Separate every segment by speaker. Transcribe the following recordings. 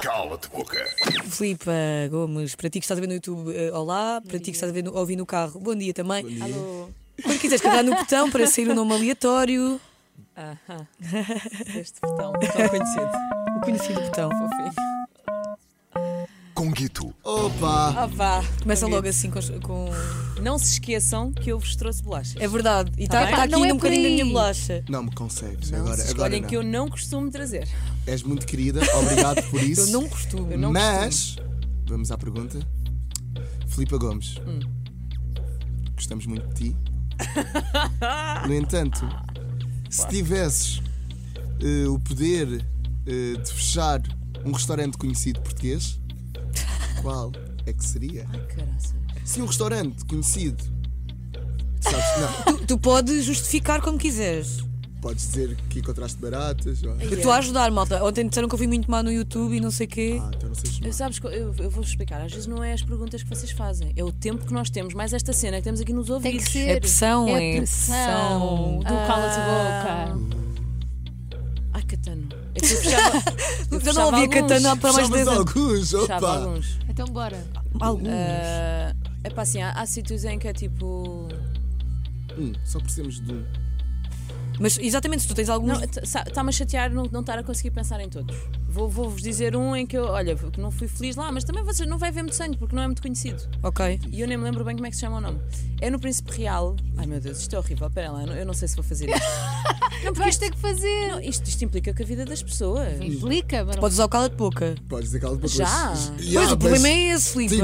Speaker 1: Cala-te, boca.
Speaker 2: Filipe ah, Gomes, para ti que estás a ver no YouTube, ah, olá. Para ti que estás a ver no, a ouvir no carro, bom dia também.
Speaker 3: Alô.
Speaker 2: Quando quiseres carregar no botão para sair o nome aleatório,
Speaker 3: Aham. Este botão, botão conhecido.
Speaker 2: o conhecido botão.
Speaker 3: Fofinho.
Speaker 1: Conguito.
Speaker 4: Opa!
Speaker 3: Ah, vá.
Speaker 2: Começa
Speaker 3: Convido.
Speaker 2: logo assim com. com-
Speaker 3: Não se esqueçam que eu vos trouxe bolachas.
Speaker 2: É verdade. E está
Speaker 3: bem?
Speaker 2: está
Speaker 3: Ah,
Speaker 2: aqui
Speaker 5: não é
Speaker 2: ainda um
Speaker 5: por
Speaker 2: bocadinho da minha
Speaker 5: aí.
Speaker 2: bolacha.
Speaker 4: Não me consegues.
Speaker 3: Não
Speaker 4: agora
Speaker 3: se
Speaker 4: agora
Speaker 3: escolhem
Speaker 4: não.
Speaker 3: que eu não costumo trazer.
Speaker 4: És muito querida, obrigado por isso.
Speaker 2: Eu não costumo.
Speaker 3: Eu não
Speaker 4: Mas, vamos à pergunta. Filipa Gomes, gostamos muito de ti. No entanto, se tivesses eh, o poder eh, de fechar um restaurante conhecido português, qual é que seria?
Speaker 3: Caraças.
Speaker 4: Se um restaurante conhecido. Sabes,
Speaker 2: Tu, tu podes justificar como quiseres.
Speaker 4: não, podes dizer que encontraste baratas. Ou...
Speaker 2: Eu estou a ajudar, malta. Ontem disseram que eu fui muito má no YouTube e não sei o quê.
Speaker 4: Ah, então não sejas má.
Speaker 3: Eu, sabes, que eu, eu vou-vos explicar. Às vezes não é as perguntas que vocês fazem, é o tempo que nós temos, mais esta cena que temos aqui nos
Speaker 5: Tem
Speaker 3: ouvidos.
Speaker 5: que ser.
Speaker 2: É pressão, é
Speaker 5: é pressão.
Speaker 2: pressão.
Speaker 5: Do cala-te boca.
Speaker 3: Ai, Catano. É que eu fechava. eu
Speaker 2: eu não
Speaker 3: fechava
Speaker 2: ouvi a
Speaker 3: alguns.
Speaker 2: Catana para mais de
Speaker 4: Chamavas
Speaker 2: 10 anos.
Speaker 4: alguns,
Speaker 3: Fechava
Speaker 2: um.
Speaker 4: opa!
Speaker 3: alguns. Ah,
Speaker 5: Então bora.
Speaker 2: Alguns.
Speaker 3: É pá, assim, há, há sítios em que é tipo.
Speaker 4: Um, só precisamos de um.
Speaker 2: Mas exatamente, se tu tens alguns.
Speaker 3: Está-me a chatear não não estar a conseguir pensar em todos. Vou- Vou-vos dizer um em que eu, olha, que não fui feliz lá, mas também vocês não vai ver muito sangue porque não é muito conhecido.
Speaker 2: Ok.
Speaker 3: E eu nem me lembro bem como é que se chama o nome. É no Príncipe Real. Ai meu Deus, isto é horrível. Espera lá, eu não- eu não sei se vou fazer isto.
Speaker 5: Não vais ter que fazer.
Speaker 3: Não, isto, isto implica com a vida das pessoas.
Speaker 5: Implica, mas não-
Speaker 2: Podes usar o cala de boca.
Speaker 4: Podes dizer cala de boca.
Speaker 3: Já?
Speaker 4: Mas...
Speaker 2: Pois,
Speaker 4: Yeah,
Speaker 2: o problema
Speaker 4: mas-
Speaker 2: é esse, Filipe.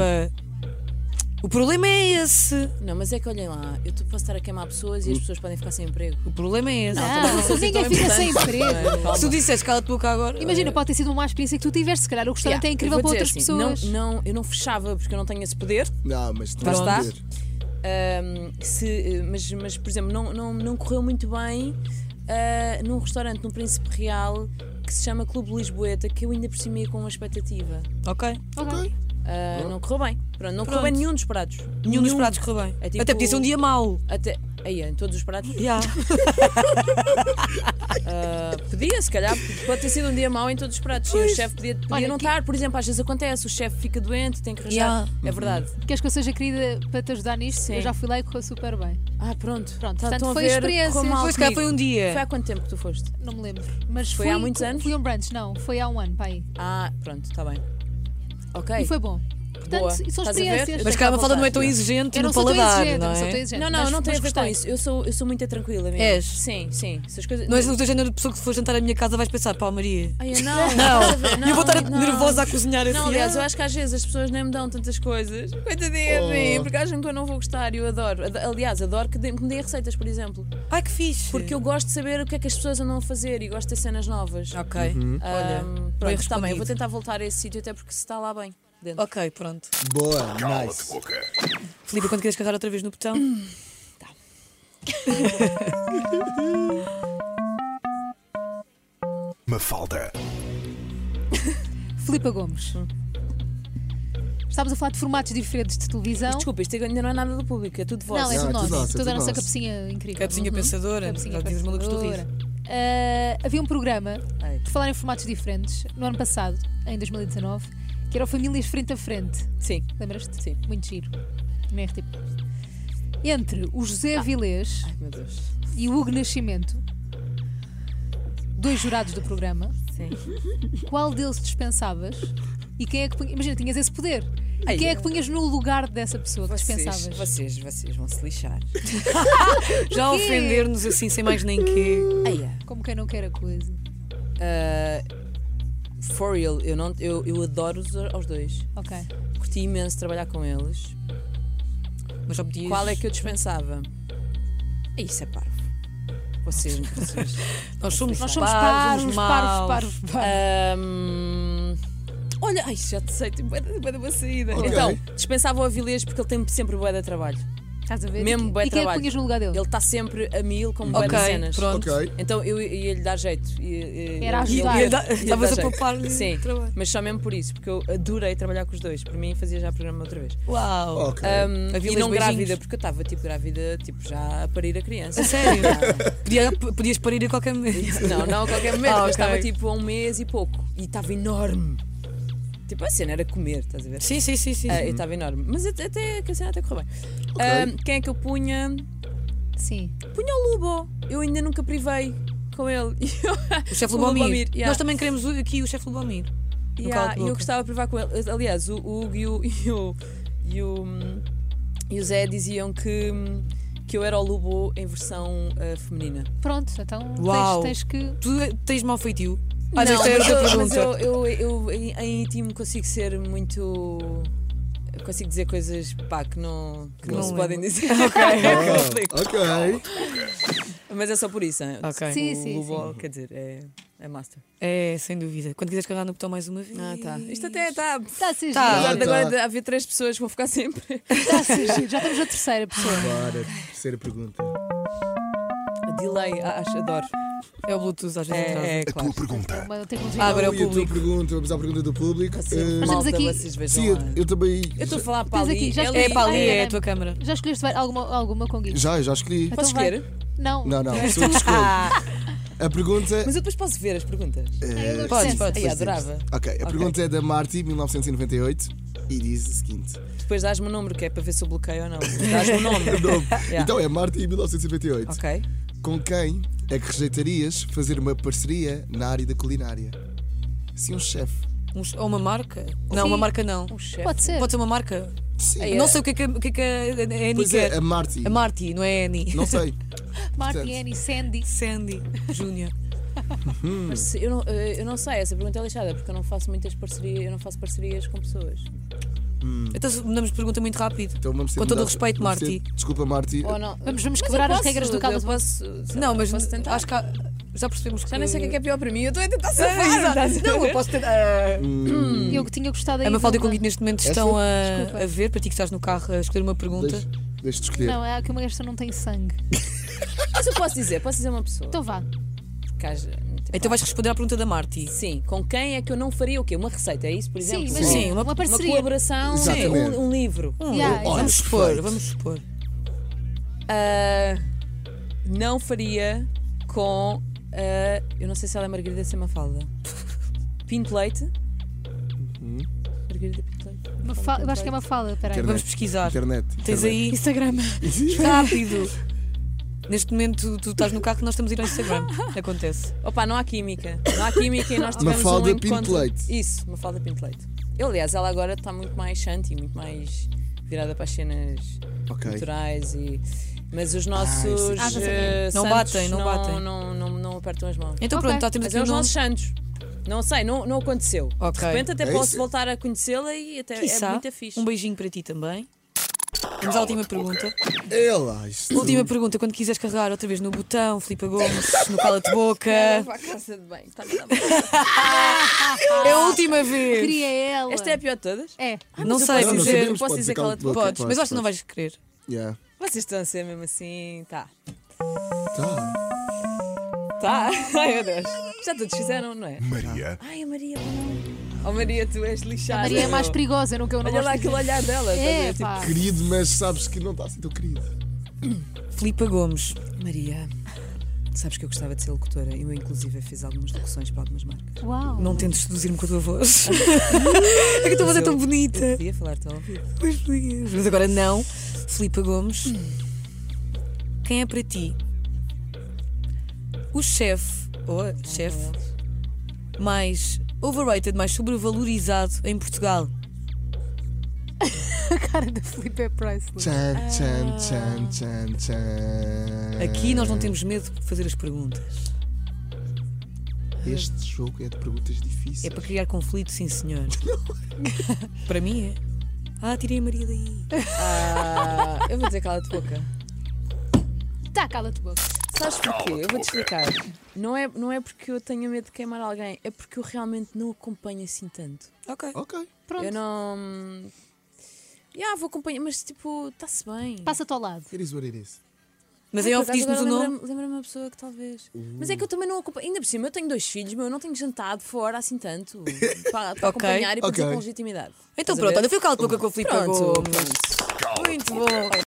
Speaker 2: O problema é esse.
Speaker 3: Não, mas é que olhem lá, eu tu- posso estar a queimar pessoas
Speaker 5: Hum.
Speaker 3: e as pessoas podem ficar sem emprego.
Speaker 2: O problema é esse.
Speaker 3: Então,
Speaker 5: Ah, ninguém
Speaker 3: tão
Speaker 5: fica sem
Speaker 3: importante.
Speaker 5: emprego.
Speaker 3: Não é?
Speaker 2: Se tu disseste cala de boca agora.
Speaker 5: Imagina, pode ter sido uma má experiência que tu tiveste. Se calhar o restaurante
Speaker 3: Yeah,
Speaker 5: é
Speaker 3: eu
Speaker 5: incrível
Speaker 3: vou
Speaker 5: para
Speaker 3: dizer
Speaker 5: outras
Speaker 3: assim,
Speaker 5: pessoas.
Speaker 3: Não, não, eu não fechava porque eu não tenho esse poder.
Speaker 4: Não, mas tu
Speaker 2: Pronto.
Speaker 4: vais dizer.
Speaker 3: Ahm, se, eh, mas, mas, por exemplo, não, não, não correu muito bem ah, num restaurante no Príncipe Real que se chama Clube Lisboeta, que eu ainda por cima ia com uma expectativa.
Speaker 2: Ok.
Speaker 5: Ok.
Speaker 3: Ah, não correu bem. Pronto, não correu
Speaker 2: Pronto.
Speaker 3: bem nenhum dos pratos.
Speaker 2: Nenhum dos pratos correu bem.
Speaker 3: É tipo-
Speaker 2: Até podia ser um dia mau.
Speaker 3: Até. Aí, em todos os pratos.
Speaker 2: Yeah.
Speaker 3: Ah, podia, se calhar, pode ter sido um dia mau em todos os pratos. Sim, o chefe podia, podia
Speaker 5: Olha,
Speaker 3: não
Speaker 5: que-
Speaker 3: estar. Por exemplo, às vezes acontece, o chefe fica doente, tem que rachar.
Speaker 2: Yeah.
Speaker 3: É verdade.
Speaker 5: Queres que eu seja querida para te ajudar nisto? Eu já fui lá e correu super bem.
Speaker 3: Ah, pronto.
Speaker 5: Pronto,
Speaker 3: Tá-
Speaker 5: portanto,
Speaker 3: estão a
Speaker 5: foi a
Speaker 3: ver,
Speaker 5: experiência.
Speaker 3: correu mal
Speaker 2: Pois, se calhar
Speaker 3: comigo.
Speaker 2: foi um dia.
Speaker 3: Foi há quanto tempo que tu foste?
Speaker 5: Não me lembro. Mas
Speaker 3: Foi
Speaker 5: fui,
Speaker 3: há muitos anos?
Speaker 5: Fui a um brunch, não. Foi há um ano, pai.
Speaker 3: Ah, pronto, está bem. Ok.
Speaker 5: E foi bom. Portanto,
Speaker 3: Boa.
Speaker 5: são
Speaker 3: Estás a ver?
Speaker 5: experiências.
Speaker 2: Mas
Speaker 3: Tem que
Speaker 2: calma, a falta não é
Speaker 3: voltar.
Speaker 2: tão exigente
Speaker 5: Eu não
Speaker 2: no
Speaker 5: sou tão
Speaker 2: paladar,
Speaker 5: exigente, eu
Speaker 2: não
Speaker 5: não sou tão
Speaker 2: é?
Speaker 5: exigente.
Speaker 3: Não, não,
Speaker 5: mas-
Speaker 3: não tem
Speaker 5: mas
Speaker 3: a ver com
Speaker 5: gostei.
Speaker 3: isso. Eu sou, eu sou muito tranquila mesmo.
Speaker 2: És?
Speaker 3: Sim, sim. Essas coisas.
Speaker 2: Não és do género de pessoa que se fores jantar à minha casa vais pensar, pá, Maria.
Speaker 3: Ai, eu não.
Speaker 2: Não, eu vou estar
Speaker 3: não.
Speaker 2: nervosa a cozinhar assim.
Speaker 3: Não, aliás, eu acho que às vezes as pessoas nem me dão tantas coisas. Coitadinha de
Speaker 2: Oh.
Speaker 3: mim, porque acham que eu não vou gostar. e Eu adoro. Ad- Aliás, adoro que, dê- que me deem receitas, por exemplo.
Speaker 2: Ai, que fixe.
Speaker 3: Porque eu gosto de saber o que é que as pessoas andam a fazer e gosto de ter cenas novas.
Speaker 2: Ok. Ah,
Speaker 3: Olha,
Speaker 2: bem
Speaker 3: pronto, está bem. Eu
Speaker 2: respondido.
Speaker 3: vou tentar voltar a esse sítio, até porque se está lá bem. Dentro.
Speaker 2: Ok, pronto.
Speaker 4: Boa,
Speaker 1: Cala-te,
Speaker 4: nice.
Speaker 1: boca.
Speaker 2: Filipe, quando queres carregar outra vez no botão?
Speaker 1: Mafalda.
Speaker 5: Filipa Gomes.
Speaker 3: Hum.
Speaker 5: Estávamos a falar de formatos diferentes de
Speaker 2: Oh.
Speaker 5: televisão.
Speaker 3: Desculpa, isto ainda não é nada do público, é tudo vosso.
Speaker 5: não, é
Speaker 4: Não,
Speaker 5: tudo
Speaker 4: é tudo
Speaker 5: nosso.
Speaker 4: nosso, é
Speaker 5: Toda a
Speaker 4: tudo
Speaker 5: nossa
Speaker 4: nosso.
Speaker 5: cabecinha
Speaker 3: Uhum.
Speaker 5: incrível. Uhum.
Speaker 2: Cabecinha é pensadora.
Speaker 3: É
Speaker 5: Cabecinha
Speaker 2: já dizes malucos do
Speaker 5: pensadora.
Speaker 2: riso.
Speaker 5: Ah, havia um programa,
Speaker 3: Ai.
Speaker 5: por falar em formatos diferentes, no ano passado, em 2019, que era o Famílias Frente a Frente.
Speaker 3: Sim.
Speaker 5: Lembras-te? Sim. Muito giro. Na RTP. Entre o José Avilés
Speaker 3: Ai, meu Deus.
Speaker 5: e o Hugo Nascimento, dois jurados do programa,
Speaker 3: Sim.
Speaker 5: qual deles dispensavas e quem é que punhas? Imagina, tinhas esse poder. E
Speaker 3: Ai,
Speaker 5: quem é
Speaker 3: eu-
Speaker 5: que punhas no lugar dessa pessoa que dispensavas?
Speaker 3: Vocês, vocês, vocês vão se lixar.
Speaker 2: Já
Speaker 5: quê?
Speaker 2: ofender-nos assim, sem mais nem quê.
Speaker 3: Ai, é.
Speaker 5: Como quem não quer a coisa.
Speaker 3: Uh, for real, eu, não, eu, eu adoro-os a- aos dois.
Speaker 5: Ok. Então,
Speaker 3: Curti imenso trabalhar com eles.
Speaker 2: Mas já podias.
Speaker 3: Qual é que eu dispensava? É Isso é parvo. Vocês, vocês.
Speaker 2: Nós somos
Speaker 5: Nós somos
Speaker 2: parvos,
Speaker 5: parvos, parvos,
Speaker 2: maus.
Speaker 5: parvos, parvos.
Speaker 3: Ahm, olha, ai, já te sei, tipo, boa da boa saída.
Speaker 4: Ok.
Speaker 3: Então, dispensava o Avilés porque ele tem sempre boa de trabalho.
Speaker 5: Estás a ver?
Speaker 3: mesmo
Speaker 5: e,
Speaker 3: bué
Speaker 5: e quem é que
Speaker 3: trabalho.
Speaker 5: punhas no lugar dele?
Speaker 3: Ele está sempre a mil com bué de
Speaker 2: Ok,
Speaker 3: cenas.
Speaker 2: pronto.
Speaker 4: Ok.
Speaker 3: Então eu ia lhe dar jeito. e- e-
Speaker 5: Era
Speaker 2: E- e-
Speaker 5: Ajudar.
Speaker 2: e-
Speaker 3: Ia-lhe
Speaker 2: Estavas
Speaker 3: dar
Speaker 2: a
Speaker 3: jeito.
Speaker 2: poupar-lhe
Speaker 3: Sim,
Speaker 2: trabalho.
Speaker 3: mas só mesmo por isso, porque eu adorei trabalhar com os dois. Por mim, fazia já programa outra vez.
Speaker 2: Uau.
Speaker 4: Ok.
Speaker 3: Hum,
Speaker 2: Havia
Speaker 3: e
Speaker 2: dois
Speaker 3: não
Speaker 2: beijinhos.
Speaker 3: grávida, porque eu estava tipo grávida, tipo já a parir a criança.
Speaker 2: A sério? Podia- podias parir a qualquer momento.
Speaker 3: Não, não a qualquer momento,
Speaker 2: Ah,
Speaker 3: mas
Speaker 2: ok.
Speaker 3: estava tipo há um mês e pouco. E estava enorme. Tipo, a cena era comer, estás a ver?
Speaker 2: Sim, sim, sim, sim.
Speaker 3: Ah, eu estava enorme. Mas até, até- que a cena até correu bem. Ah, quem é que eu punha?
Speaker 5: Sim.
Speaker 3: Punha o Lubo. Eu ainda nunca privei com ele.
Speaker 2: o chefe
Speaker 3: o
Speaker 2: Lubomir.
Speaker 3: Lubomir, yeah.
Speaker 2: Nós também queremos o- aqui o chefe Lubomir. no colo
Speaker 3: Yeah,
Speaker 2: de
Speaker 3: e eu
Speaker 2: boca.
Speaker 3: gostava de provar com ele. Aliás, o o Hugo e o, e o, e o, e o Zé diziam que, que eu era o Lubo em versão ah, feminina.
Speaker 5: Pronto, então tens-
Speaker 2: Uau.
Speaker 5: tens que.
Speaker 2: Tu tens mau feitio? Olha,
Speaker 3: Não,
Speaker 2: esta era
Speaker 3: mas
Speaker 2: outra
Speaker 3: eu-
Speaker 2: pergunta.
Speaker 3: mas eu, eu, eu em- em íntimo consigo ser muito. Consigo dizer coisas pá, que não, que não,
Speaker 2: Não
Speaker 3: se
Speaker 2: lembro.
Speaker 3: podem dizer. ok,
Speaker 4: Ah, ok.
Speaker 3: Mas é só por isso. hein?
Speaker 2: Ok.
Speaker 5: Sim,
Speaker 3: o
Speaker 5: sim,
Speaker 3: Lubo, quer dizer, é, é master.
Speaker 2: É, sem dúvida. Quando quiseres carregar no botão mais uma vez.
Speaker 5: Ah,
Speaker 3: Ah,
Speaker 5: tá.
Speaker 3: Isto até está.
Speaker 5: Está a ser
Speaker 2: Tá.
Speaker 5: giro.
Speaker 3: Apesar de
Speaker 4: tá.
Speaker 3: agora de haver três pessoas que vão ficar sempre.
Speaker 5: Está a ser giro. Já estamos na terceira pessoa.
Speaker 4: Bora, terceira pergunta.
Speaker 3: Delay, acho, adoro.
Speaker 2: É o Bluetooth às vezes
Speaker 5: tá.
Speaker 2: atrasa.
Speaker 3: É, é claro.
Speaker 1: pergunta.
Speaker 5: Uma tecnologia.
Speaker 2: Ah, agora é o
Speaker 4: Ui, a tua
Speaker 2: público.
Speaker 4: pergunta, vamos à pergunta do público.
Speaker 3: Assim,
Speaker 4: Ah,
Speaker 5: Mas
Speaker 3: malta,
Speaker 5: estamos aqui-
Speaker 3: vocês
Speaker 4: sim,
Speaker 3: vejam
Speaker 4: eu,
Speaker 3: lá.
Speaker 4: eu também.
Speaker 3: Eu estou a falar para
Speaker 5: Tens
Speaker 3: ali.
Speaker 5: aqui, já
Speaker 3: ela-
Speaker 5: escolhi-
Speaker 2: É para ali,
Speaker 5: Ai,
Speaker 2: é
Speaker 5: ai,
Speaker 2: a tua câmara.
Speaker 5: Já escolheste vai- alguma, alguma com Gui?
Speaker 4: Já, já escolhi.
Speaker 5: Então
Speaker 3: Posso
Speaker 5: vai.
Speaker 3: escolher?
Speaker 5: Não.
Speaker 4: Não, não, sou eu que escolho. A pergunta. é-
Speaker 3: Mas eu depois posso ver as perguntas.
Speaker 2: Podes,
Speaker 5: É, podes,
Speaker 2: podes.
Speaker 5: podes.
Speaker 3: Ai, adorava.
Speaker 4: Ok, a pergunta é da Marty, 1998, e diz o seguinte:
Speaker 3: Depois dás-me o número, que é para ver se eu bloqueio ou não. Dás-me o nome.
Speaker 4: Não,
Speaker 3: Yeah.
Speaker 4: Então é Marty, 1998.
Speaker 3: Ok.
Speaker 4: Com quem é que rejeitarias fazer uma parceria na área da culinária? Sim, um chefe.
Speaker 2: Um ch- ou uma marca? Não,
Speaker 5: Sim.
Speaker 2: uma marca não.
Speaker 3: Um chefe.
Speaker 5: Pode ser.
Speaker 2: Pode ser uma marca?
Speaker 4: Sim.
Speaker 3: Ai, É.
Speaker 2: Não sei o que é que, a- o que, é que a a Annie
Speaker 4: Pois é,
Speaker 2: quer.
Speaker 4: a Marty.
Speaker 2: A Marty, não é a Annie?
Speaker 4: Não sei.
Speaker 5: Martin,
Speaker 4: Portanto.
Speaker 5: Annie, Sandy.
Speaker 2: Sandy Júnior.
Speaker 3: Mas se- eu, não, eh, eu não sei, essa pergunta é lixada, porque eu não faço muitas parcerias, eu não faço parcerias com pessoas.
Speaker 2: Então se- mudamos de pergunta muito rápido.
Speaker 4: Então vamos ter
Speaker 2: Com todo o
Speaker 4: mudado.
Speaker 2: respeito,
Speaker 4: Vamos
Speaker 2: Marty.
Speaker 4: ter- Desculpa, Marty.
Speaker 3: Ou não.
Speaker 5: Vamos-
Speaker 3: Mas
Speaker 5: vamos
Speaker 3: eu
Speaker 5: quebrar as
Speaker 3: posso,
Speaker 5: regras do Caldas
Speaker 3: Então, eu posso, sei
Speaker 2: não,
Speaker 3: lá,
Speaker 2: mas
Speaker 3: posso tentar.
Speaker 2: acho que há- já percebemos que.
Speaker 3: Já nem sei o que é que é pior para mim, eu estou a tentar
Speaker 2: Ah, exato.
Speaker 3: safar.
Speaker 2: Não, eu posso tentar.
Speaker 5: Eu que tinha gostado aí.
Speaker 2: A Mafalda e
Speaker 5: de
Speaker 2: o
Speaker 5: uma-
Speaker 2: Conguito neste momento
Speaker 4: Esta?
Speaker 2: estão a,
Speaker 5: Desculpa.
Speaker 2: a ver, para ti que estás no carro a escolher uma pergunta.
Speaker 4: Deixa- Deixa-te escolher.
Speaker 5: Não, é que uma gasta não tem sangue.
Speaker 3: Mas eu posso dizer, posso dizer uma pessoa.
Speaker 5: Então vá.
Speaker 3: Porque haja- tipo,
Speaker 2: Então vais responder à pergunta da Marty.
Speaker 3: Sim, com quem é que eu não faria o quê? Uma receita, é isso, por exemplo?
Speaker 5: Sim, mas
Speaker 2: Sim,
Speaker 5: sim,
Speaker 2: uma-
Speaker 5: uma,
Speaker 2: uma
Speaker 3: Uma
Speaker 5: parceria.
Speaker 3: colaboração,
Speaker 4: Exatamente.
Speaker 3: um, um livro.
Speaker 2: Hum,
Speaker 5: Yeah,
Speaker 2: vamos
Speaker 4: exato.
Speaker 2: expor, vamos expor.
Speaker 3: Ah, não faria com. ah, eu não sei se ela é Margarida Semafalda. Pinto Leite.
Speaker 4: Uhum.
Speaker 3: Margarida Pinto Leite.
Speaker 5: Uma fa- Eu acho que é uma fala. Peraí.
Speaker 4: Quero
Speaker 2: Vamos
Speaker 4: Internet.
Speaker 2: pesquisar.
Speaker 4: Internet.
Speaker 2: Tens
Speaker 4: internet.
Speaker 2: aí. Instagram. Rápido. Neste momento tu estás no carro e nós estamos a ir ao Instagram. Acontece.
Speaker 3: Opa, não há química. Não há química e nós tivemos
Speaker 4: Mafalda
Speaker 3: um encontro.
Speaker 4: Pinto Leite.
Speaker 3: Isso, Mafalda Pinto Leite. Eu, aliás, ela agora está muito mais shanty, muito mais virada para as cenas
Speaker 4: Ok.
Speaker 3: culturais e. Mas os
Speaker 4: isso é
Speaker 3: nossos.
Speaker 4: que- Ah, já
Speaker 3: eh,
Speaker 2: Não
Speaker 3: santos
Speaker 2: batem, não
Speaker 3: não
Speaker 2: batem.
Speaker 3: Não, não, não apertam as mãos.
Speaker 2: Então
Speaker 5: Ok.
Speaker 2: pronto, já temos
Speaker 3: Mas
Speaker 2: aqui
Speaker 3: é
Speaker 2: o
Speaker 3: os
Speaker 2: nome.
Speaker 3: nossos santos. Não sei, não, não aconteceu.
Speaker 2: Ok.
Speaker 3: De repente até
Speaker 4: É
Speaker 3: posso
Speaker 4: isso.
Speaker 3: voltar a conhecê-la e até
Speaker 2: Quiçá,
Speaker 3: é muito fixe.
Speaker 2: Um beijinho para ti também. Vamos à última pergunta.
Speaker 4: É lá, isto.
Speaker 2: Última pergunta, quando quiseres carregar outra vez no botão, Filipa Gomes, no cala-te boca.
Speaker 3: Vá à casa de bem. Tá,
Speaker 2: É a última vez.
Speaker 5: Queria ela.
Speaker 3: Esta é a pior de todas?
Speaker 5: É.
Speaker 2: Não sei
Speaker 4: posso
Speaker 2: dizer.
Speaker 3: posso
Speaker 4: sabemos, pode
Speaker 3: dizer
Speaker 4: dizer
Speaker 3: que ela
Speaker 4: cala-te
Speaker 3: te
Speaker 4: boca.
Speaker 2: Podes, mas
Speaker 4: Podes,
Speaker 2: acho que não vais querer.
Speaker 4: Yeah.
Speaker 3: Vocês estão a ser mesmo assim. Tá.
Speaker 4: Tá.
Speaker 3: Tá. Ai meu Deus. Já todos fizeram, não é?
Speaker 1: Maria.
Speaker 3: Ai, a Maria. não. Oh Maria, tu és lixada.
Speaker 5: A Maria é mais perigosa, não que eu não
Speaker 3: Olha lá
Speaker 5: gosto de
Speaker 3: aquele olhar dela. estás
Speaker 5: dizer.
Speaker 3: a ver,
Speaker 5: É,
Speaker 3: tipo,
Speaker 5: pá.
Speaker 4: Querido, mas sabes que não está assim tão querido.
Speaker 2: Filipa Gomes.
Speaker 3: Maria. Sabes que eu gostava de ser locutora. Eu, inclusive, fiz algumas locuções para algumas marcas.
Speaker 5: Uau.
Speaker 2: Não tentes seduzir-me com a tua voz. é que a tua voz é tão
Speaker 3: Eu
Speaker 2: bonita.
Speaker 3: podia falar-te ao ouvido.
Speaker 2: Pois podias. Mas agora não. Filipa Gomes. Quem é para ti? O chefe, ou a chefe, mais overrated, mais sobrevalorizado em Portugal.
Speaker 5: A cara da Felipe é priceless.
Speaker 4: Tchan, tchan, tchan, tchan, tchan.
Speaker 2: Aqui nós não temos medo de fazer as perguntas.
Speaker 4: Este jogo é de perguntas difíceis.
Speaker 2: É para criar conflito, sim senhor. para mim é. Ah, tirei a Maria daí.
Speaker 3: Ah, eu vou dizer cala-te boca.
Speaker 5: Tá, cala-te boca.
Speaker 3: Sabes porquê? Eu vou-te explicar. Não é, não é porque eu tenha medo de queimar alguém, é porque eu realmente não acompanho assim tanto.
Speaker 2: Ok.
Speaker 4: Ok.
Speaker 5: Pronto.
Speaker 3: Eu não. Ah, vou acompanhar, mas tipo, está-se bem.
Speaker 5: Passa-te ao lado.
Speaker 4: It is what it is.
Speaker 2: Mas em off diz-nos o nome. Hum.
Speaker 3: Lembra-me uma pessoa que talvez. Mas é que eu também não acompanho. Ainda por cima, eu tenho dois filhos, meu, eu não tenho jantado fora assim tanto. Para,
Speaker 2: Ok.
Speaker 3: para acompanhar e para dizer
Speaker 4: Ok.
Speaker 3: com legitimidade.
Speaker 2: Então
Speaker 3: Estás a
Speaker 2: pronto,
Speaker 3: ver?
Speaker 2: olha, foi o cala-te boca com a Filipe
Speaker 3: Pronto.
Speaker 2: Gomes. Muito bom.